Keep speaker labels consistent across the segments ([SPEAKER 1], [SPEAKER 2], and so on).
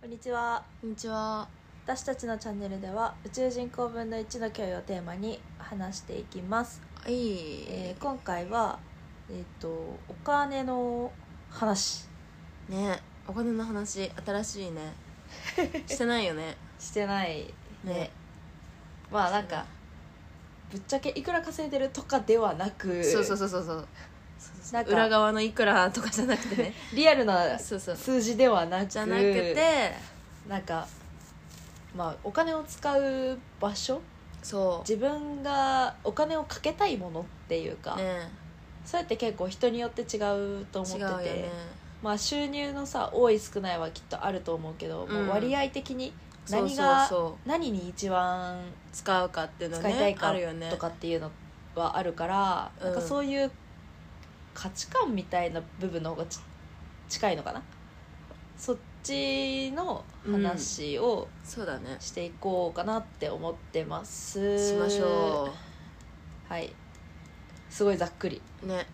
[SPEAKER 1] こんにちは
[SPEAKER 2] こんにちは。
[SPEAKER 1] 私たちのチャンネルでは宇宙人口分の1の距離をテーマに話していきます、
[SPEAKER 2] はい、
[SPEAKER 1] えー今回はえっ、とお金の話
[SPEAKER 2] ね、お金の話、新し いね。してないよね。
[SPEAKER 1] してないね
[SPEAKER 2] ね
[SPEAKER 1] まあなんかぶっちゃけいくら稼いでるとかではなく
[SPEAKER 2] そうそうそうそうそう。
[SPEAKER 1] なんか
[SPEAKER 2] 裏側のいくらとかじゃなく てね。
[SPEAKER 1] リアルな
[SPEAKER 2] そうそう。
[SPEAKER 1] 数字ではなく
[SPEAKER 2] じゃなくて、
[SPEAKER 1] なんかまあお金を使う場所
[SPEAKER 2] そ
[SPEAKER 1] 自分がお金をかけたいものっていうか、
[SPEAKER 2] う。ね、
[SPEAKER 1] そうやって結構人によって違うと思っ
[SPEAKER 2] 違
[SPEAKER 1] て
[SPEAKER 2] う
[SPEAKER 1] て、
[SPEAKER 2] よね。
[SPEAKER 1] まあ収入のさ多い少ないはきっとあると思うけど、もう
[SPEAKER 2] うん
[SPEAKER 1] 割合的に
[SPEAKER 2] そう
[SPEAKER 1] 何
[SPEAKER 2] そう
[SPEAKER 1] が
[SPEAKER 2] そう。
[SPEAKER 1] 何に一番
[SPEAKER 2] 使うかっていうの
[SPEAKER 1] 使いたい
[SPEAKER 2] ね、
[SPEAKER 1] か
[SPEAKER 2] あるよね
[SPEAKER 1] と。かっていうのはあるから、
[SPEAKER 2] うん
[SPEAKER 1] なんかそういう価値観みたいな部分の方がち近いのかなそっちの話を
[SPEAKER 2] そうだね。
[SPEAKER 1] していこうかなって思ってます、
[SPEAKER 2] しましょ
[SPEAKER 1] うはいすごいざっくり
[SPEAKER 2] う。 ね。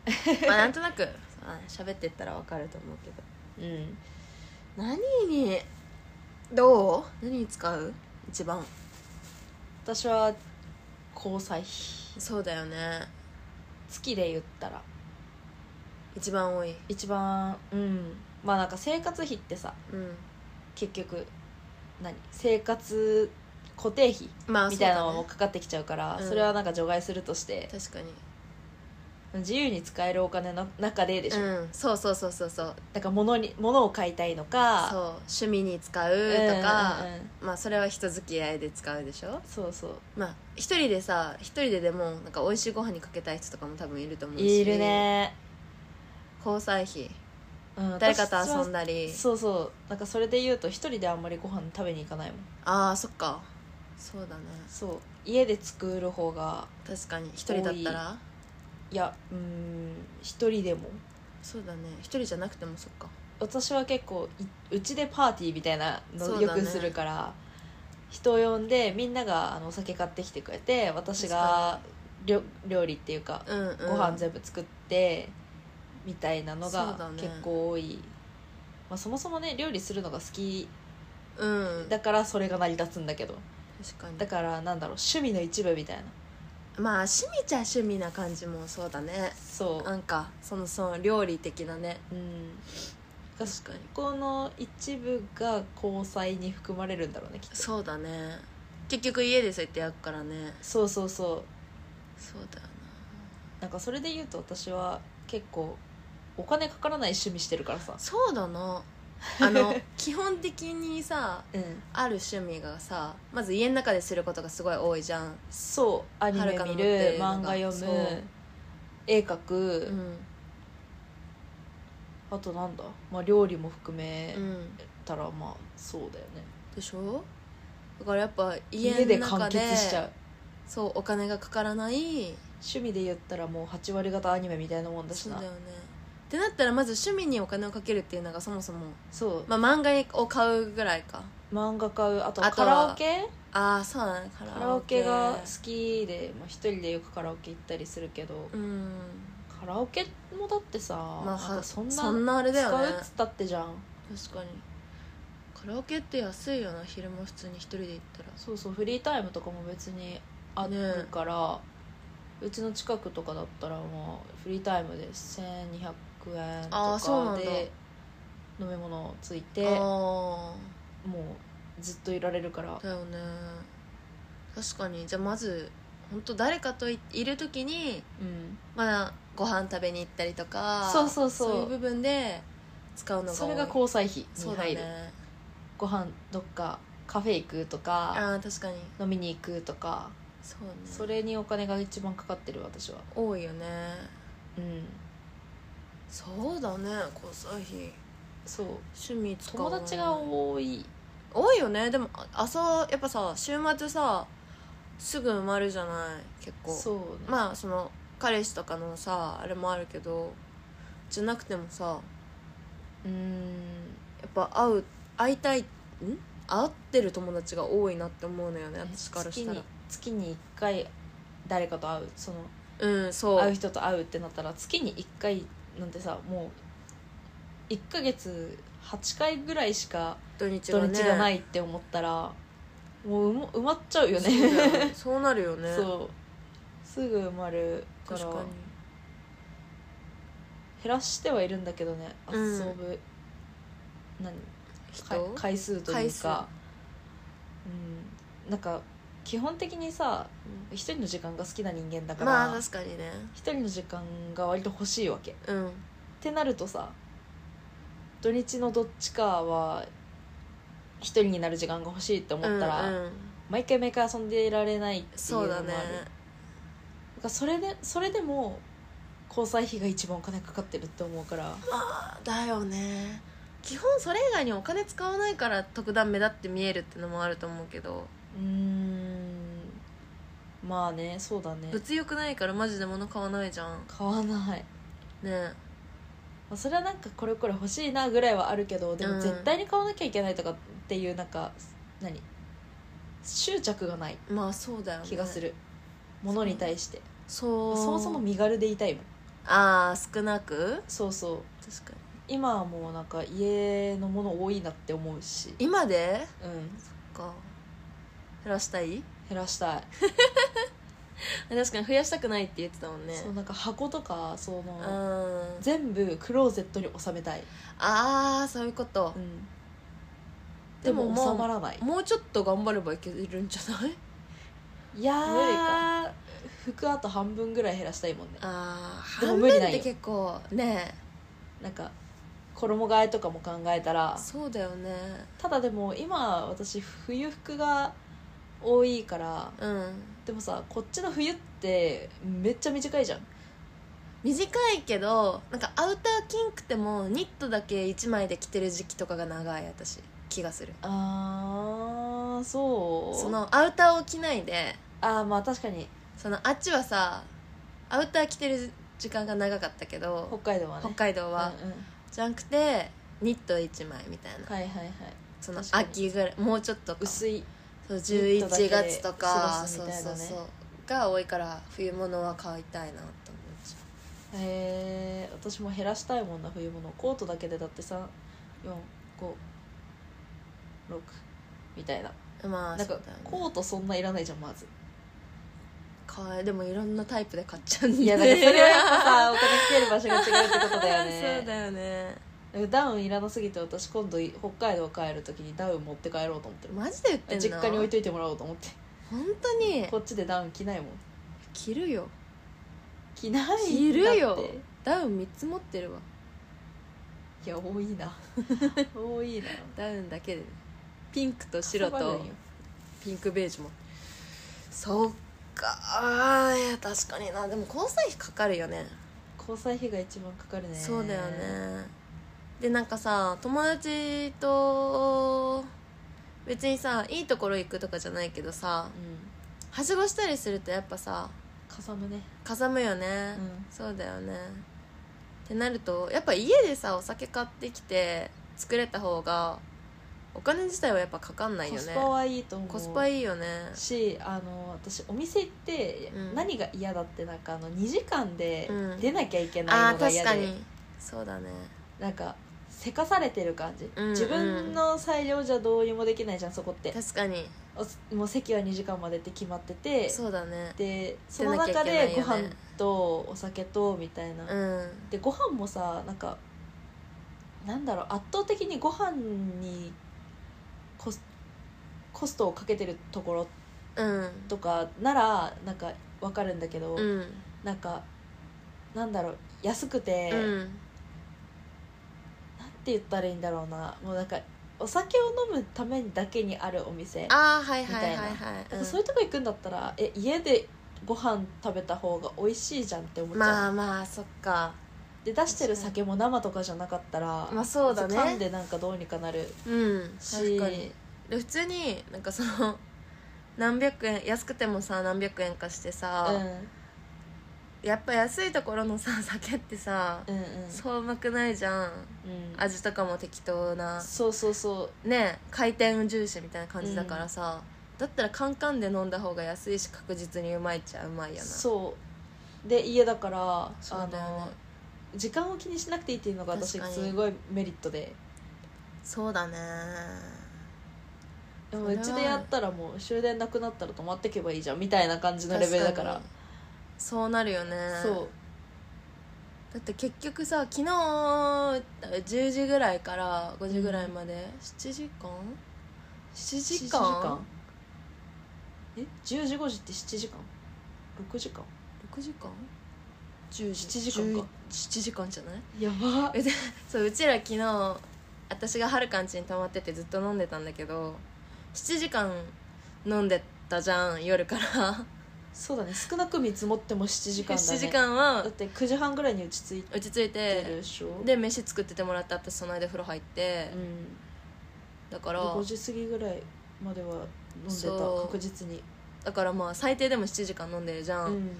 [SPEAKER 2] まあなんとなく、あ喋ってったらわかると思うけど。
[SPEAKER 1] うん
[SPEAKER 2] 何に、どう何に使う一番。
[SPEAKER 1] 私は交際費
[SPEAKER 2] そうだよね。
[SPEAKER 1] 月で言ったら
[SPEAKER 2] 一番多い
[SPEAKER 1] 一番うんまあなんか生活費ってさ
[SPEAKER 2] うん
[SPEAKER 1] 結局何生活固定費
[SPEAKER 2] まあ
[SPEAKER 1] みたいなの
[SPEAKER 2] そ
[SPEAKER 1] も
[SPEAKER 2] うだ
[SPEAKER 1] かかってきちゃうからそ,、
[SPEAKER 2] うん
[SPEAKER 1] れはなんか除外するとして
[SPEAKER 2] ね確かに
[SPEAKER 1] 自由に使えるお金の中ででしょ、
[SPEAKER 2] うんそうそうそうそうそう
[SPEAKER 1] なんか物に物を買いたいのか
[SPEAKER 2] そう趣味に使う
[SPEAKER 1] う
[SPEAKER 2] と
[SPEAKER 1] んうんうん
[SPEAKER 2] か、まあそれは人付き合いで使うでしょ
[SPEAKER 1] そうそう
[SPEAKER 2] まあ一人でさ一人ででもなんか美味しいご飯にかけたい人とかも多分いると思うし
[SPEAKER 1] いるね、
[SPEAKER 2] 交際費
[SPEAKER 1] うん、
[SPEAKER 2] 誰かと遊ん
[SPEAKER 1] だ
[SPEAKER 2] だり
[SPEAKER 1] そうそうなんかそれで言うと一人であんまりご飯食べに行かないもん
[SPEAKER 2] ああそっかそうだね
[SPEAKER 1] そう家で作る方が
[SPEAKER 2] 確かに一人だったら
[SPEAKER 1] いやうーん一人でも
[SPEAKER 2] そうだね一人じゃなくてもそっか
[SPEAKER 1] 私は結構いうちでパーティーみたいな
[SPEAKER 2] そう
[SPEAKER 1] の
[SPEAKER 2] だ
[SPEAKER 1] よ
[SPEAKER 2] ね
[SPEAKER 1] くするから、人を呼んでみんながあのお酒買ってきてくれて私が料料理っていうか、
[SPEAKER 2] うんうん
[SPEAKER 1] ご飯全部作ってみたいなの
[SPEAKER 2] そ
[SPEAKER 1] が
[SPEAKER 2] うだね
[SPEAKER 1] 結構多いそ,、まあ、そもそもね料理するのが好き
[SPEAKER 2] うん
[SPEAKER 1] だからそれが成り立つんだけど
[SPEAKER 2] 確かに
[SPEAKER 1] だからなんだろう趣味の一部みたいな
[SPEAKER 2] まあ趣味ちゃ趣味な感じもそうだね
[SPEAKER 1] そ
[SPEAKER 2] なんかそのその料理的なね
[SPEAKER 1] ううんだから
[SPEAKER 2] 確かに
[SPEAKER 1] この一部が交際に含まれるんだろうねきっと
[SPEAKER 2] そうだね結局家でそうやってやるからね
[SPEAKER 1] そうそうそう
[SPEAKER 2] そうだよ
[SPEAKER 1] なんかそれで言うと私は結構お金かからない趣味してるからさ
[SPEAKER 2] なそうだなあの 基本的にさ
[SPEAKER 1] うん
[SPEAKER 2] ある趣味がさまず家の中ですることがすごい多いじゃん
[SPEAKER 1] そうアニメ
[SPEAKER 2] 遥かの
[SPEAKER 1] 見
[SPEAKER 2] 持って
[SPEAKER 1] る
[SPEAKER 2] るのが
[SPEAKER 1] 漫画読
[SPEAKER 2] そ
[SPEAKER 1] む
[SPEAKER 2] う
[SPEAKER 1] 絵描く、
[SPEAKER 2] うん、
[SPEAKER 1] あとなんだ、まあ、料理も含め
[SPEAKER 2] うん、
[SPEAKER 1] たらまあそうだよね
[SPEAKER 2] でしょだからやっぱ
[SPEAKER 1] 家
[SPEAKER 2] 家
[SPEAKER 1] で
[SPEAKER 2] の
[SPEAKER 1] 完
[SPEAKER 2] 中で
[SPEAKER 1] 結しちゃう
[SPEAKER 2] そうお金がかからない
[SPEAKER 1] 趣味で言ったらもう8割方アニメみたいなもんだし
[SPEAKER 2] そう
[SPEAKER 1] な
[SPEAKER 2] だ
[SPEAKER 1] そう
[SPEAKER 2] よねってなったらまず趣味にお金をかけるっていうのがそもそも、まあ、漫画を買うぐらいか
[SPEAKER 1] 漫画買うあと
[SPEAKER 2] あと
[SPEAKER 1] カ
[SPEAKER 2] は
[SPEAKER 1] ラオケ
[SPEAKER 2] ああそうだねカ
[SPEAKER 1] カラオケが好きで、まあ、一人でよくカラオケ行ったりするけど、
[SPEAKER 2] うん
[SPEAKER 1] カラオケもだってさ、
[SPEAKER 2] まあ
[SPEAKER 1] なんかそんな
[SPEAKER 2] そんなあれだよね
[SPEAKER 1] 使うっつったってじゃん
[SPEAKER 2] 確かにカラオケって安いよな昼間普通に一人で行ったら
[SPEAKER 1] そうそうフリータイムとかも別にあるから、うちの近くとかだったらもうフリータイムで1200円と
[SPEAKER 2] あーそうな
[SPEAKER 1] か
[SPEAKER 2] んだ
[SPEAKER 1] で飲み物ついても
[SPEAKER 2] あ
[SPEAKER 1] うずっといられるから
[SPEAKER 2] あだよね確かにじゃあまず本当誰かといいる時に
[SPEAKER 1] うん
[SPEAKER 2] まあご飯食べに行ったりとか
[SPEAKER 1] そうそうそう
[SPEAKER 2] そういう部分で使うのが多い
[SPEAKER 1] それが交際費
[SPEAKER 2] そ
[SPEAKER 1] に
[SPEAKER 2] うだ
[SPEAKER 1] 入る、
[SPEAKER 2] ね
[SPEAKER 1] ご飯どっかカフェ行くとか
[SPEAKER 2] ああ確かに
[SPEAKER 1] 飲みに行くとか
[SPEAKER 2] そうね
[SPEAKER 1] それにお金が一番かかってる私は
[SPEAKER 2] 多いよね
[SPEAKER 1] うん
[SPEAKER 2] そうだね交際費
[SPEAKER 1] そう
[SPEAKER 2] 趣味使う
[SPEAKER 1] 友達が多い
[SPEAKER 2] 多いよねでもあ朝やっぱさ週末さすぐ埋まるじゃない結構
[SPEAKER 1] そうね、
[SPEAKER 2] まあその彼氏とかのさあれもあるけどじゃなくてもさ
[SPEAKER 1] うん
[SPEAKER 2] やっぱ会う会いたいん会ってる友達が多いなって思うのよね私からしたら
[SPEAKER 1] 月に月に1回誰かと会うその
[SPEAKER 2] うんそ
[SPEAKER 1] 会う
[SPEAKER 2] う
[SPEAKER 1] 人と会うってなったら月に1回なんてさもう1ヶ月8回ぐらいしか
[SPEAKER 2] 土日
[SPEAKER 1] 土
[SPEAKER 2] がね
[SPEAKER 1] 日がないって思ったらもう埋も埋まっちゃうよね
[SPEAKER 2] そうだよそうなるよ ね
[SPEAKER 1] そうすぐ埋まるから
[SPEAKER 2] 確かに
[SPEAKER 1] 減らしてはいるんだけどね遊
[SPEAKER 2] うん
[SPEAKER 1] ぶ、何か
[SPEAKER 2] 人
[SPEAKER 1] 回数という
[SPEAKER 2] 回数
[SPEAKER 1] かうんなんか基本的にさ一人の時間が好きな人間だから、
[SPEAKER 2] まあ確かにね
[SPEAKER 1] 一人の時間が割と欲しいわけっ
[SPEAKER 2] うん
[SPEAKER 1] てなるとさ土日のどっちかは一人になる時間が欲しいって思ったら、
[SPEAKER 2] うんうん
[SPEAKER 1] 毎回毎回遊んでいられないっていうの
[SPEAKER 2] そ
[SPEAKER 1] もあ
[SPEAKER 2] う
[SPEAKER 1] る
[SPEAKER 2] だね
[SPEAKER 1] だからそれでそれでも交際費が一番お金かかってるって思うから
[SPEAKER 2] あだよね基本それ以外にお金使わないから特段目立って見えるってのもあると思うけど
[SPEAKER 1] うーんまあねそうだね
[SPEAKER 2] 物欲ないからマジで物買わないじゃん
[SPEAKER 1] 買わない
[SPEAKER 2] ね
[SPEAKER 1] まあそれはなんかこれこれ欲しいなぐらいはあるけどで
[SPEAKER 2] う
[SPEAKER 1] も
[SPEAKER 2] ん
[SPEAKER 1] 絶対に買わなきゃいけないとかっていうなんか何執着がない
[SPEAKER 2] まあそうだよね
[SPEAKER 1] 気がするものに対して
[SPEAKER 2] そう
[SPEAKER 1] そもそも身軽でいたいもん
[SPEAKER 2] ああ少なく
[SPEAKER 1] そうそう
[SPEAKER 2] 確かに
[SPEAKER 1] 今はもうなんか家のもの多いなって思うし
[SPEAKER 2] 今で
[SPEAKER 1] うん
[SPEAKER 2] か減らしたい
[SPEAKER 1] 減らしたい
[SPEAKER 2] 確かに増やしたくないって言ってたもんね
[SPEAKER 1] そうなんか箱とかその
[SPEAKER 2] うん
[SPEAKER 1] 全部クローゼットに収めたい、
[SPEAKER 2] ああそういうこと
[SPEAKER 1] でも
[SPEAKER 2] でももう
[SPEAKER 1] 収まらない
[SPEAKER 2] もうちょっと頑張ればいけるんじゃない
[SPEAKER 1] いや
[SPEAKER 2] 無理
[SPEAKER 1] ー服あと半分ぐらい減らしたいもんね
[SPEAKER 2] ああ
[SPEAKER 1] でも
[SPEAKER 2] 半
[SPEAKER 1] 無
[SPEAKER 2] 分
[SPEAKER 1] 理な
[SPEAKER 2] っ
[SPEAKER 1] いよ
[SPEAKER 2] て結構ね
[SPEAKER 1] なんか衣替えとかも考えたら
[SPEAKER 2] そうだよね
[SPEAKER 1] ただでも今私冬服が多いから
[SPEAKER 2] うん
[SPEAKER 1] でもさこっちの冬ってめっちゃ短いじゃん
[SPEAKER 2] 短いけどなんかアウターキンクてもニットだけ1枚で着てる時期とかが長い私気がする
[SPEAKER 1] あーそう
[SPEAKER 2] そのアウターを着ないで
[SPEAKER 1] あーまあ確かに
[SPEAKER 2] そのあっちはさアウター着てる時間が長かったけ
[SPEAKER 1] 北
[SPEAKER 2] ど
[SPEAKER 1] 海道はね
[SPEAKER 2] 北海道は、
[SPEAKER 1] うんうん
[SPEAKER 2] じゃなくてニット1枚みたいな、
[SPEAKER 1] はいはいはい
[SPEAKER 2] その
[SPEAKER 1] 確かに
[SPEAKER 2] 秋ぐらいもうちょっとか
[SPEAKER 1] 薄い
[SPEAKER 2] そう
[SPEAKER 1] ニットだけ
[SPEAKER 2] 11
[SPEAKER 1] で
[SPEAKER 2] 月と
[SPEAKER 1] 過
[SPEAKER 2] か、
[SPEAKER 1] ごす
[SPEAKER 2] そ
[SPEAKER 1] み
[SPEAKER 2] う
[SPEAKER 1] たい
[SPEAKER 2] そ
[SPEAKER 1] な
[SPEAKER 2] う
[SPEAKER 1] ね
[SPEAKER 2] そうが多いから冬物は買いたいなと思っちゃ
[SPEAKER 1] えー、私も減らしたいもんな冬物コートだけでだって345 6みたいな
[SPEAKER 2] うま
[SPEAKER 1] な
[SPEAKER 2] あ
[SPEAKER 1] んか
[SPEAKER 2] そうだよね
[SPEAKER 1] コートそんないらないじゃんまず
[SPEAKER 2] 買えでもいろんなタイプで買っちゃうんで
[SPEAKER 1] いやだからそれはやっぱ さお金つける場所が違うってことだよ ね
[SPEAKER 2] そうだよね
[SPEAKER 1] ダウンいらなすぎて私今度北海道帰る時にダウン持って帰ろうと思ってる
[SPEAKER 2] マジで言ってんの
[SPEAKER 1] 実家に置いといてもらおうと思って
[SPEAKER 2] 本当に
[SPEAKER 1] こっちでダウン着ないもん
[SPEAKER 2] 着るよ
[SPEAKER 1] 着ないんだって
[SPEAKER 2] 着るよダウン3つ持ってるわ
[SPEAKER 1] いや多いな 多いな
[SPEAKER 2] ダウンだけでねピンクと白
[SPEAKER 1] かさば
[SPEAKER 2] と
[SPEAKER 1] るんよ
[SPEAKER 2] ピンクベージュもそうかあーいや確かになでも交際費かかるよね
[SPEAKER 1] 交際費が一番かかるね
[SPEAKER 2] そうだよねでなんかさ友達と別にさいいところ行くとかじゃないけどさ
[SPEAKER 1] うん
[SPEAKER 2] はしごしたりするとやっぱさ
[SPEAKER 1] かさむね
[SPEAKER 2] かさむよね、
[SPEAKER 1] うん
[SPEAKER 2] そうだよねってなるとやっぱ家でさお酒買ってきて作れた方がお金自体はやっぱかかんないよ
[SPEAKER 1] コ
[SPEAKER 2] ね
[SPEAKER 1] スパはいいと思う
[SPEAKER 2] コスパいいよね
[SPEAKER 1] しあの私お店行って
[SPEAKER 2] うん
[SPEAKER 1] 何が嫌だってなんかあの2時間で
[SPEAKER 2] うん
[SPEAKER 1] 出なきゃいけない
[SPEAKER 2] ああ
[SPEAKER 1] のが
[SPEAKER 2] 確
[SPEAKER 1] 嫌
[SPEAKER 2] か
[SPEAKER 1] で、
[SPEAKER 2] にそうだね
[SPEAKER 1] なんかせかされてる感じ、
[SPEAKER 2] うん
[SPEAKER 1] 自分の裁量じゃどうにもできないじゃんそこって
[SPEAKER 2] 確かに
[SPEAKER 1] おもう席は2時間までって決まってて
[SPEAKER 2] そうだね
[SPEAKER 1] でそ
[SPEAKER 2] 出
[SPEAKER 1] の
[SPEAKER 2] なきゃ
[SPEAKER 1] 中
[SPEAKER 2] いけないよ
[SPEAKER 1] で
[SPEAKER 2] ね
[SPEAKER 1] ご飯とお酒とみたいな、
[SPEAKER 2] うん
[SPEAKER 1] でご飯もさなんかなんだろう圧倒的にご飯にコスコストをかけてるところ
[SPEAKER 2] うん
[SPEAKER 1] とかならなんかわかるんだけど、
[SPEAKER 2] うん
[SPEAKER 1] なんかなんだろう安くて、
[SPEAKER 2] うん
[SPEAKER 1] なんて言ったらいいんだろうなもうなんかお酒を飲むためだけにあるお店なんか
[SPEAKER 2] ああはいはいはいはい
[SPEAKER 1] み
[SPEAKER 2] う
[SPEAKER 1] そういうとこ行くんだったら、え家でご飯食べた方が美味しいじゃんって思っ
[SPEAKER 2] ん
[SPEAKER 1] ちゃう、
[SPEAKER 2] まあまあそっか
[SPEAKER 1] で出してる酒も生とかじゃなかったら、
[SPEAKER 2] まあそうだね
[SPEAKER 1] 噛んでなんかどうにかなる
[SPEAKER 2] うん
[SPEAKER 1] し
[SPEAKER 2] 確かにで普通になんかその何百円安くてもさ何百円かして
[SPEAKER 1] うん
[SPEAKER 2] さ、やっぱ安いところのさ 酒ってさ、
[SPEAKER 1] うんうん
[SPEAKER 2] そううまくないじゃん
[SPEAKER 1] うん
[SPEAKER 2] 味とかも適当な
[SPEAKER 1] そうそうそう
[SPEAKER 2] ね回転重視みたいな感じだからさ、だったらカンカンで飲んだ方が安いし確実にうまいっちゃうまいよな
[SPEAKER 1] そうで家だから
[SPEAKER 2] そうだよね
[SPEAKER 1] あの時間を気にしなくていいっていうのが私
[SPEAKER 2] 確かに
[SPEAKER 1] すごいメリットで
[SPEAKER 2] そうだね
[SPEAKER 1] でも
[SPEAKER 2] それ
[SPEAKER 1] う
[SPEAKER 2] は
[SPEAKER 1] ちでやったらもう終電なくなったら泊まってけばいいじゃんみたいな感じのレベルだから
[SPEAKER 2] 確にそうなるよね
[SPEAKER 1] そう
[SPEAKER 2] だって結局さ昨日10時ぐらいから5時ぐらいまで、7時間7時間
[SPEAKER 1] え10時5時って7時間6時間
[SPEAKER 2] 6時間10
[SPEAKER 1] 7時間か
[SPEAKER 2] 7時間じゃない
[SPEAKER 1] やば
[SPEAKER 2] えでそううちら昨日私がはるかんちに泊まっててずっと飲んでたんだけど7時間飲んでたじゃん夜から
[SPEAKER 1] そうだね少なく見積もっても7時間だね
[SPEAKER 2] 7時間
[SPEAKER 1] だ
[SPEAKER 2] は
[SPEAKER 1] って9時半ぐらいに落ち着い
[SPEAKER 2] 落ち着
[SPEAKER 1] て
[SPEAKER 2] い
[SPEAKER 1] る
[SPEAKER 2] て
[SPEAKER 1] でしょ
[SPEAKER 2] で飯作っててもらって私その間風呂入って、
[SPEAKER 1] うん
[SPEAKER 2] だから
[SPEAKER 1] 5時過ぎぐらいまでは飲んで
[SPEAKER 2] そ
[SPEAKER 1] た
[SPEAKER 2] う
[SPEAKER 1] 確実に
[SPEAKER 2] だからまあ最低でも7時間飲んでるじゃ、
[SPEAKER 1] うんん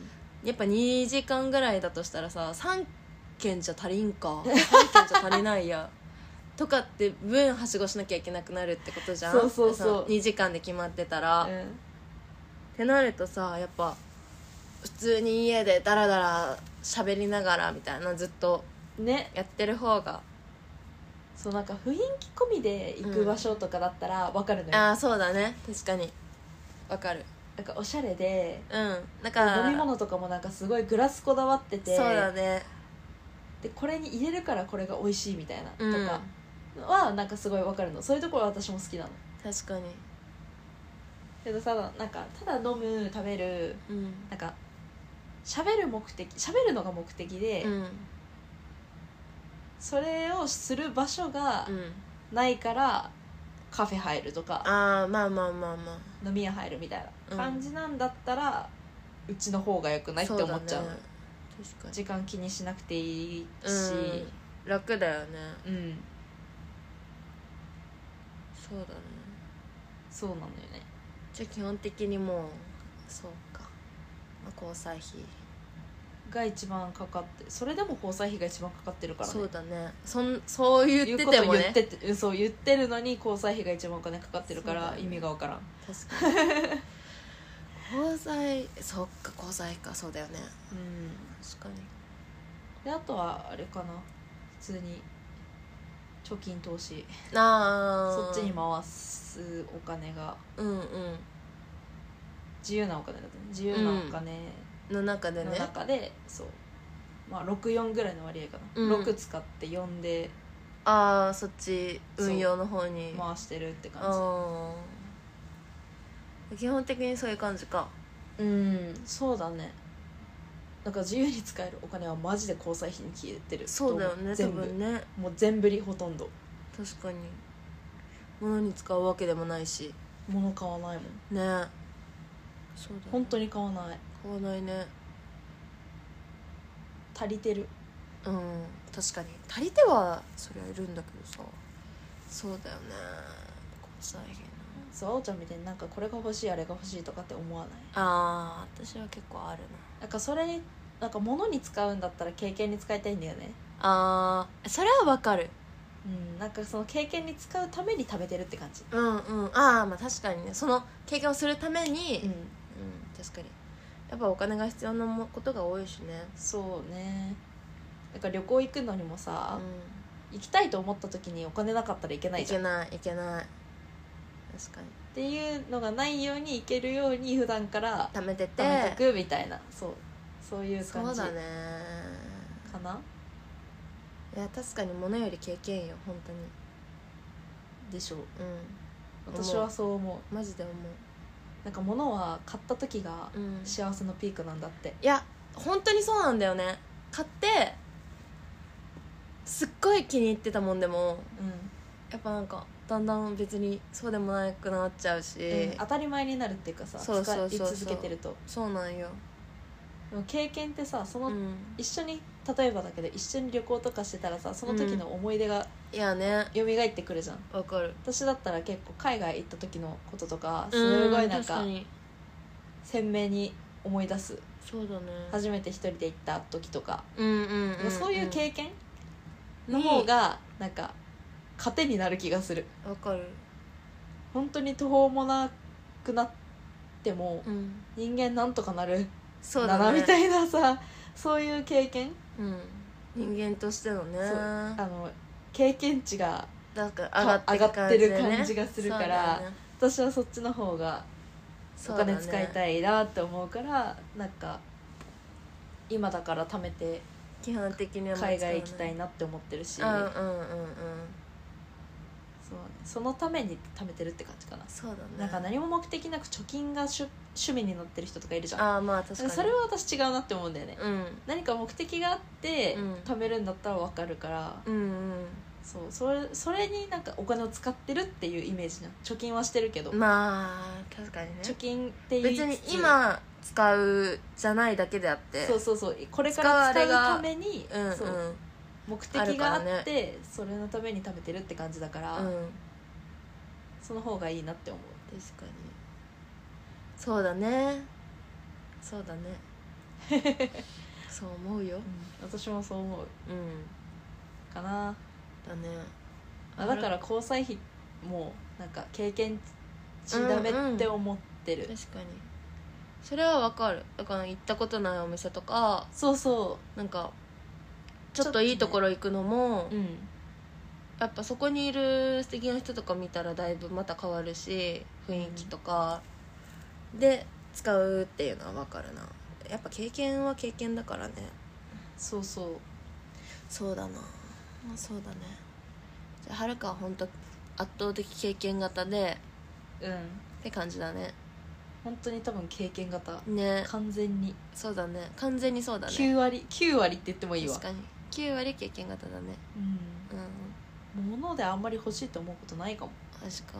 [SPEAKER 2] やっぱ2時間ぐらいだとしたらさ3軒じゃ足りんか3軒じゃ足りないやとかって分はしごしなきゃいけなくなるってことじゃん
[SPEAKER 1] そうそうそう
[SPEAKER 2] 2時間で決まってたら、ってなるとさやっぱ普通に家でダラダラ喋りながらみたいなずっと
[SPEAKER 1] うんね
[SPEAKER 2] やってる方が、
[SPEAKER 1] そうなんか雰囲気込みで行く場所とかだったら分かるのよ、
[SPEAKER 2] ああそうだね確かにわかる
[SPEAKER 1] なんかおしゃれで
[SPEAKER 2] うんだから
[SPEAKER 1] 飲み物とかもなんかすごいグラスこだわってて
[SPEAKER 2] そうだね
[SPEAKER 1] でこれに入れるからこれが美味しいみたいな
[SPEAKER 2] うん
[SPEAKER 1] とかはなんかすごい分かるのそういうところは私も好きなの
[SPEAKER 2] 確かに
[SPEAKER 1] けどさなんかただ飲む食べる
[SPEAKER 2] うん
[SPEAKER 1] なんか喋る目的喋るのが目的で、
[SPEAKER 2] うん
[SPEAKER 1] それをする場所が
[SPEAKER 2] うん
[SPEAKER 1] ないからカフェ入るとか
[SPEAKER 2] ああまあまあまあまあ
[SPEAKER 1] 飲み屋入るみたい
[SPEAKER 2] うん
[SPEAKER 1] な感じなんだったら、うちの方がよくないって思っちゃう
[SPEAKER 2] そだね確かに
[SPEAKER 1] 時間気にしなくていいし、
[SPEAKER 2] うん、楽だよね
[SPEAKER 1] うん、
[SPEAKER 2] そうだね
[SPEAKER 1] そうなのよね
[SPEAKER 2] じゃあ基本的にもうそうか、まあ、交際費
[SPEAKER 1] が一番かかってそれでも交際費が一番かかってるからね
[SPEAKER 2] そうだねそんそう言って
[SPEAKER 1] 言
[SPEAKER 2] て
[SPEAKER 1] う
[SPEAKER 2] も
[SPEAKER 1] こ
[SPEAKER 2] ね
[SPEAKER 1] と言っててうんそう言ってるのに交際費が一番お金かかってるか
[SPEAKER 2] そう
[SPEAKER 1] ら
[SPEAKER 2] だよね
[SPEAKER 1] 意味がわからん
[SPEAKER 2] 確かに交際そっか交際かそうだよね
[SPEAKER 1] うん
[SPEAKER 2] 確かに
[SPEAKER 1] であとはあれかな普通に貯金投資
[SPEAKER 2] ああ
[SPEAKER 1] そっちに回すお金が
[SPEAKER 2] うんうん
[SPEAKER 1] 自由なお金だとね自由なお金
[SPEAKER 2] の中で
[SPEAKER 1] の
[SPEAKER 2] ね
[SPEAKER 1] 中で、そうまあ64ぐらいの割合かな、
[SPEAKER 2] うん
[SPEAKER 1] 6使って4で
[SPEAKER 2] ああそっち
[SPEAKER 1] そう
[SPEAKER 2] 運用の方に
[SPEAKER 1] 回してるって感
[SPEAKER 2] あー基本的にそういう感じか
[SPEAKER 1] じうんそうだねなんか自由に使えるお金はマジで交際費に消えてる
[SPEAKER 2] そうだよね多
[SPEAKER 1] 全部
[SPEAKER 2] 分ね
[SPEAKER 1] もう全振りほとんど
[SPEAKER 2] 確かに物に使うわけでもないし
[SPEAKER 1] 物買わないもん
[SPEAKER 2] ねそうだ、ね、
[SPEAKER 1] 本当に買わない
[SPEAKER 2] 買わないね
[SPEAKER 1] 足りてる
[SPEAKER 2] うん確かに足りてはそりゃいるんだけどさそうだよね交際費な
[SPEAKER 1] そうあおちゃんみたいになんかこれが欲しいあれが欲しいとかって思わない
[SPEAKER 2] あー私は結構あるな
[SPEAKER 1] なんかそれになんか物に使うんだったら経験に使いたいんだよね
[SPEAKER 2] あーそれはわかる
[SPEAKER 1] うんなんかその経験に使うために食べてるって感じ
[SPEAKER 2] うんうんああまあ確かにねその経験をするために
[SPEAKER 1] うん
[SPEAKER 2] うん確かにやっぱお金が必要なもことが多いしね
[SPEAKER 1] そうねなんか旅行行くのにも
[SPEAKER 2] う
[SPEAKER 1] さ、
[SPEAKER 2] ん
[SPEAKER 1] 行きたいと思った時にお金なかったらいけない
[SPEAKER 2] い
[SPEAKER 1] じゃ
[SPEAKER 2] け
[SPEAKER 1] んっ
[SPEAKER 2] ないいけない確かに
[SPEAKER 1] ていうのがないように行けるように普段から
[SPEAKER 2] 貯めてて
[SPEAKER 1] 貯めとくみたいなそうそういう
[SPEAKER 2] そ
[SPEAKER 1] 感
[SPEAKER 2] う
[SPEAKER 1] じ
[SPEAKER 2] だ
[SPEAKER 1] か
[SPEAKER 2] ね
[SPEAKER 1] な、
[SPEAKER 2] いや確かに物より経験よ本当に
[SPEAKER 1] でしょう
[SPEAKER 2] うん
[SPEAKER 1] 私はそう思
[SPEAKER 2] マジで思
[SPEAKER 1] うなんか物は買った時が
[SPEAKER 2] う、うん、い
[SPEAKER 1] 幸せのピークなんだって
[SPEAKER 2] や本当にそうなんだよね買ってすっごい気に入ってたもんでも
[SPEAKER 1] うん
[SPEAKER 2] やっぱなんかだんだん別にそうでもなくなっちゃうし、
[SPEAKER 1] うん当たり前になるっていうかさ
[SPEAKER 2] そうそうそうそう
[SPEAKER 1] 使い続けてると
[SPEAKER 2] そうなんよ、
[SPEAKER 1] でも経験ってさそうの、
[SPEAKER 2] ん、
[SPEAKER 1] 一緒に例えばだけど一緒に旅行とかしてたらさその時の思い出が
[SPEAKER 2] いやね
[SPEAKER 1] 蘇ってくるじゃん、
[SPEAKER 2] わかる
[SPEAKER 1] 私だったら結構海外行った時のこととかすごいな
[SPEAKER 2] うん確か
[SPEAKER 1] か
[SPEAKER 2] に
[SPEAKER 1] 鮮明に思い出す
[SPEAKER 2] そうだね
[SPEAKER 1] 初めて一人で行った時とか、
[SPEAKER 2] うんうんうんん、
[SPEAKER 1] そういう経験
[SPEAKER 2] 験
[SPEAKER 1] の方がなんか糧になる気がする
[SPEAKER 2] わかる
[SPEAKER 1] 本当に途方もなくなっても
[SPEAKER 2] うん
[SPEAKER 1] 人間なんとかなる
[SPEAKER 2] そう
[SPEAKER 1] だ
[SPEAKER 2] だ
[SPEAKER 1] な
[SPEAKER 2] ね
[SPEAKER 1] みたいなさそういう経験
[SPEAKER 2] うん、人間としてのね
[SPEAKER 1] そうあの経験値が
[SPEAKER 2] なんか
[SPEAKER 1] か
[SPEAKER 2] 上がってる感じ,、ね、
[SPEAKER 1] 上がってる感じがするから
[SPEAKER 2] そうだね
[SPEAKER 1] 私はそっちの方がお金使い
[SPEAKER 2] い
[SPEAKER 1] たいなって思うからなんか今だから貯めて
[SPEAKER 2] 基本的にはもう使わな
[SPEAKER 1] 海外行きたいなって思ってるし、
[SPEAKER 2] うんうんうんうん
[SPEAKER 1] そうねそのために貯めてるって感じかな、
[SPEAKER 2] そうだね
[SPEAKER 1] なんか何も目的なく貯金が趣趣味になってる人とかいるじゃん
[SPEAKER 2] ああまあ確かに
[SPEAKER 1] それは私違うなって思うんだよね、
[SPEAKER 2] うん
[SPEAKER 1] 何か目的があって
[SPEAKER 2] うん
[SPEAKER 1] 貯めるんだったら分かるから、
[SPEAKER 2] うんうん
[SPEAKER 1] そうそれそれになんかお金を使ってるっていうイメージな貯金はしてるけど、
[SPEAKER 2] まあ確かにね
[SPEAKER 1] 貯金って言い
[SPEAKER 2] 別
[SPEAKER 1] つつ
[SPEAKER 2] に今使うじゃないだけであって
[SPEAKER 1] そうそうそうこれから使
[SPEAKER 2] 使うあ
[SPEAKER 1] う
[SPEAKER 2] れが
[SPEAKER 1] ために
[SPEAKER 2] うんうん
[SPEAKER 1] そううん目
[SPEAKER 2] あ
[SPEAKER 1] 的
[SPEAKER 2] る
[SPEAKER 1] が
[SPEAKER 2] か
[SPEAKER 1] あ
[SPEAKER 2] ら
[SPEAKER 1] っ
[SPEAKER 2] ね
[SPEAKER 1] て、それのために貯めてるって感じだから、その方がいいなって思う
[SPEAKER 2] 確かにそうだねそうだね そう思うよ、
[SPEAKER 1] 私もそう思う
[SPEAKER 2] うん、
[SPEAKER 1] かな
[SPEAKER 2] だね
[SPEAKER 1] あだから交際費もなんか経験値ダメって思ってる、
[SPEAKER 2] 確かにそれはわかるだから行ったことないお店とか
[SPEAKER 1] そうそ
[SPEAKER 2] なんかちょっといいところ行くのも、
[SPEAKER 1] ううん
[SPEAKER 2] やっぱそこにいる素敵な人とか見たらだいぶまた変わるし雰囲気とか、で使うっていうのはわかるなやっぱ経験は経験だからね
[SPEAKER 1] そうそう
[SPEAKER 2] そうだなまあそうだねじゃあはるかは本当圧倒的経験型で
[SPEAKER 1] うん
[SPEAKER 2] って感じだね
[SPEAKER 1] 本当に多分経験型
[SPEAKER 2] ね
[SPEAKER 1] 完全に
[SPEAKER 2] そうだね完全にそうだね
[SPEAKER 1] 9割9割って言ってもいいわ
[SPEAKER 2] 確かに9割経験型だね
[SPEAKER 1] うん
[SPEAKER 2] うん
[SPEAKER 1] 物であんまり欲しいと思うことないかも
[SPEAKER 2] 確か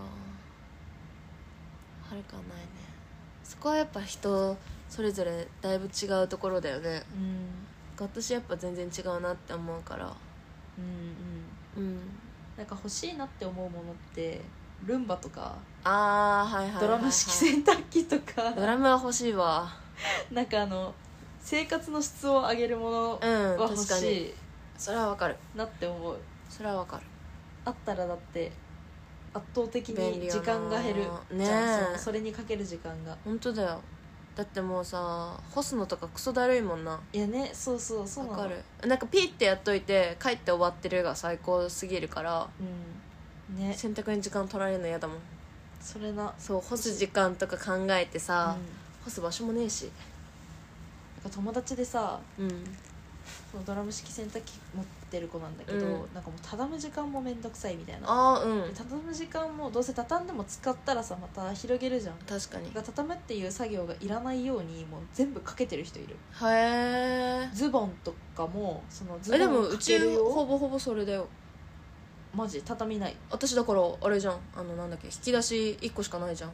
[SPEAKER 2] はるかはないねそこはやっぱ人それぞれだいぶ違うところだよね
[SPEAKER 1] うん
[SPEAKER 2] 私やっぱ全然違うなって思うから
[SPEAKER 1] うんうん
[SPEAKER 2] うん
[SPEAKER 1] なんか欲しいなって思うものってルンバとか
[SPEAKER 2] ああはいはいはいはい
[SPEAKER 1] ドラム式洗濯機とか
[SPEAKER 2] ドラムは欲しいわ
[SPEAKER 1] なんかあの生活の質を上げるもの
[SPEAKER 2] う
[SPEAKER 1] は
[SPEAKER 2] ん
[SPEAKER 1] 欲
[SPEAKER 2] 確かに
[SPEAKER 1] しい
[SPEAKER 2] それはわかる
[SPEAKER 1] なって思う
[SPEAKER 2] それはわかる
[SPEAKER 1] あったらだって圧倒的
[SPEAKER 2] 便利
[SPEAKER 1] に
[SPEAKER 2] よな
[SPEAKER 1] 時間が減る
[SPEAKER 2] ねえ
[SPEAKER 1] じゃんそのそれにかける時間が
[SPEAKER 2] 本当だよだってもうさ干すのとかクソだるいもんない
[SPEAKER 1] やねそうそうそう
[SPEAKER 2] わ
[SPEAKER 1] なの
[SPEAKER 2] かるなんかピッてやっといて帰って終わってるが最高すぎるから
[SPEAKER 1] うんね
[SPEAKER 2] 洗濯に時間取られるの嫌だもん
[SPEAKER 1] それな
[SPEAKER 2] そう干す時間とか考えてさ、
[SPEAKER 1] うん
[SPEAKER 2] 干す場所もねえし
[SPEAKER 1] なんか友達でさ
[SPEAKER 2] うん
[SPEAKER 1] そのドラム式洗濯機持ってる子なんだけど、
[SPEAKER 2] うん
[SPEAKER 1] なんかもう畳む時間もめんどくさいみたいな
[SPEAKER 2] ああうん
[SPEAKER 1] で畳む時間もどうせ畳んでも使ったらさまた広げるじゃんだ
[SPEAKER 2] 確かに
[SPEAKER 1] から畳むっていう作業がいらないようにもう全部かけてる人いる
[SPEAKER 2] へ
[SPEAKER 1] ズボンとかもそのズ
[SPEAKER 2] ええで
[SPEAKER 1] ボ
[SPEAKER 2] も
[SPEAKER 1] ン
[SPEAKER 2] う
[SPEAKER 1] かけ
[SPEAKER 2] ち
[SPEAKER 1] る
[SPEAKER 2] ほ
[SPEAKER 1] よ
[SPEAKER 2] ぼほぼそれだよ
[SPEAKER 1] マジ畳みない
[SPEAKER 2] 私だからあれじゃんあのなんだっけ引き出し1個しかないじゃん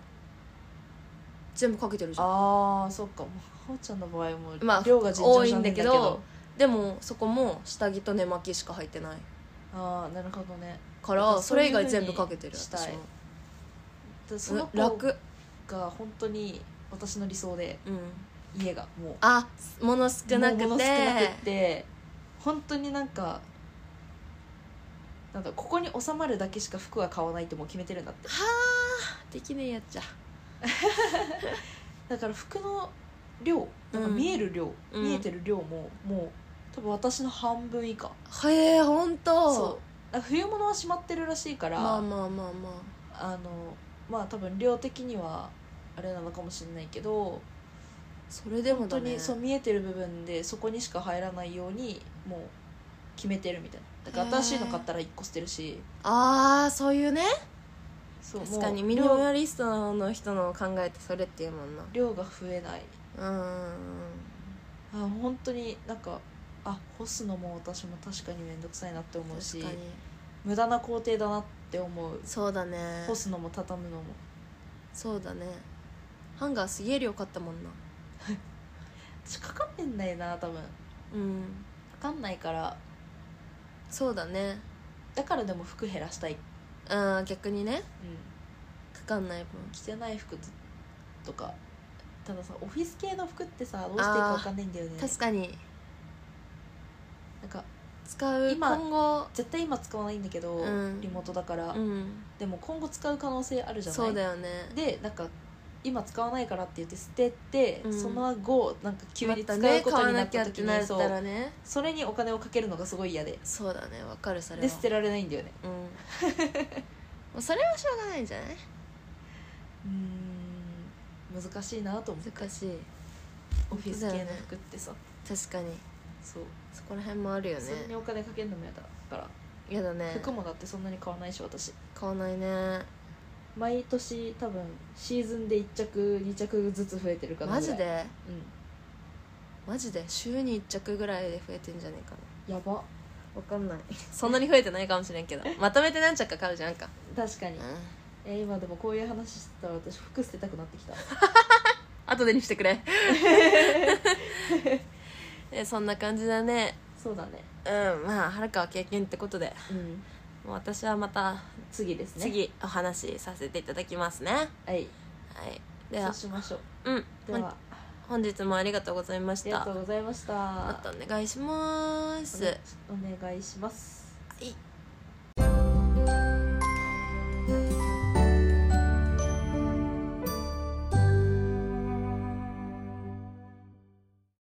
[SPEAKER 2] 全部かけてるじゃん
[SPEAKER 1] あーそっかもうほうちゃんの場合も
[SPEAKER 2] まあ
[SPEAKER 1] 量が尋常じゃないんだけど,、
[SPEAKER 2] 多いんだけどでもそこも下着と寝巻きしか入ってない
[SPEAKER 1] ああなるほどね
[SPEAKER 2] か
[SPEAKER 1] なん
[SPEAKER 2] ら
[SPEAKER 1] か
[SPEAKER 2] そ
[SPEAKER 1] そうい
[SPEAKER 2] れ
[SPEAKER 1] う
[SPEAKER 2] 以外全部かけて
[SPEAKER 1] 風
[SPEAKER 2] る
[SPEAKER 1] にしたい
[SPEAKER 2] 私は
[SPEAKER 1] でその
[SPEAKER 2] う
[SPEAKER 1] 子
[SPEAKER 2] ん楽
[SPEAKER 1] が本当に私の理想で
[SPEAKER 2] うん
[SPEAKER 1] 家がもう
[SPEAKER 2] あ物少なくて
[SPEAKER 1] もう物少なくって本当になんかなんだここに収まるだけしか服は買わないってもう決めてるんだって
[SPEAKER 2] できねえやっちゃ
[SPEAKER 1] だから服の量なんか
[SPEAKER 2] うん
[SPEAKER 1] 見える量、
[SPEAKER 2] うん
[SPEAKER 1] 見えてる量ももう多分私の半分以下
[SPEAKER 2] へえ本当
[SPEAKER 1] そうなんか冬物はしまってるらしいから、
[SPEAKER 2] まあまあまあまあ
[SPEAKER 1] あのまあ多分量的にはあれなのかもしれないけど
[SPEAKER 2] それでも
[SPEAKER 1] 本当
[SPEAKER 2] だね
[SPEAKER 1] にそう見えてる部分でそこにしか入らないようにもう決めてるみたいなだから新しいの買ったら1個捨てるし
[SPEAKER 2] ああそういうね
[SPEAKER 1] そう
[SPEAKER 2] 確か
[SPEAKER 1] も
[SPEAKER 2] に
[SPEAKER 1] う
[SPEAKER 2] ミニマリストの人の考えってそれっていうもんな
[SPEAKER 1] 量が増えない
[SPEAKER 2] うん
[SPEAKER 1] あ本当になんかあ干すのも私も確かに面倒くさいなって思うし
[SPEAKER 2] 確かに
[SPEAKER 1] 無駄な工程だなって思う
[SPEAKER 2] そうだね
[SPEAKER 1] 干すのも畳むのも
[SPEAKER 2] そうだねハンガーすげえ量買ったもんな
[SPEAKER 1] 私かかってんないな多分か
[SPEAKER 2] うん
[SPEAKER 1] かんないから
[SPEAKER 2] そうだね
[SPEAKER 1] だからでも服減らしたい、うん、
[SPEAKER 2] うん逆にねかかんない分
[SPEAKER 1] 着てない服ととかたださオフィス系の服ってさどうしていいかわかんないんだよね
[SPEAKER 2] 確かに
[SPEAKER 1] なんか
[SPEAKER 2] 使う
[SPEAKER 1] 今
[SPEAKER 2] 今後
[SPEAKER 1] 絶対今使わないんだけど、
[SPEAKER 2] うん
[SPEAKER 1] リモートだから、
[SPEAKER 2] うん
[SPEAKER 1] でも今後使う可能性あるじゃない
[SPEAKER 2] そうだよね
[SPEAKER 1] でなんか今使わないからって言って捨てて、
[SPEAKER 2] うん
[SPEAKER 1] その後なんか急
[SPEAKER 2] ま
[SPEAKER 1] に
[SPEAKER 2] た
[SPEAKER 1] 使
[SPEAKER 2] ね
[SPEAKER 1] うこ
[SPEAKER 2] 買
[SPEAKER 1] と
[SPEAKER 2] わ
[SPEAKER 1] にな
[SPEAKER 2] な
[SPEAKER 1] っ
[SPEAKER 2] きゃ
[SPEAKER 1] た
[SPEAKER 2] って
[SPEAKER 1] 時
[SPEAKER 2] な
[SPEAKER 1] に
[SPEAKER 2] っ
[SPEAKER 1] そ
[SPEAKER 2] たら
[SPEAKER 1] う
[SPEAKER 2] ね
[SPEAKER 1] それにお金をかけるのがすごい嫌で
[SPEAKER 2] そうだねわかるそれは
[SPEAKER 1] で捨てられないんだよね
[SPEAKER 2] うんもうそれはしょうがないんじゃないう
[SPEAKER 1] ーん難しいなと思う
[SPEAKER 2] 難しい
[SPEAKER 1] オフィス
[SPEAKER 2] だよね
[SPEAKER 1] 系の服ってさ
[SPEAKER 2] 確かに
[SPEAKER 1] そう
[SPEAKER 2] そこら辺もあるよね
[SPEAKER 1] それにお金かけるのも嫌だから、
[SPEAKER 2] やだね
[SPEAKER 1] 服もだってそんなに買わないし私
[SPEAKER 2] 買わないね
[SPEAKER 1] 毎年多分シーズンで1着2着ずつ増えてるかな
[SPEAKER 2] マ
[SPEAKER 1] ぐら
[SPEAKER 2] ジ
[SPEAKER 1] い
[SPEAKER 2] で
[SPEAKER 1] う
[SPEAKER 2] マジで週に1着ぐらいで増えてんじゃねえかなん
[SPEAKER 1] やば
[SPEAKER 2] わかんないそんなに増えてないかもしれ んけどまとめて何着か買うじゃんか
[SPEAKER 1] 確かに
[SPEAKER 2] うん
[SPEAKER 1] えー今でもこういう話してたら私服捨てたくなってきた
[SPEAKER 2] 後でにしてくれ えそんな感じだね
[SPEAKER 1] そうだね
[SPEAKER 2] うんまあはるかは経験ってことで
[SPEAKER 1] うん
[SPEAKER 2] もう私はまた
[SPEAKER 1] 次ですね
[SPEAKER 2] 次お話しさせていただきますね
[SPEAKER 1] はい
[SPEAKER 2] はいで
[SPEAKER 1] そう
[SPEAKER 2] は
[SPEAKER 1] しましょう
[SPEAKER 2] うん
[SPEAKER 1] では
[SPEAKER 2] 本日もありがとうございまし
[SPEAKER 1] ありがと
[SPEAKER 2] た
[SPEAKER 1] うございました
[SPEAKER 2] またお願いします、
[SPEAKER 1] お願いします
[SPEAKER 2] はい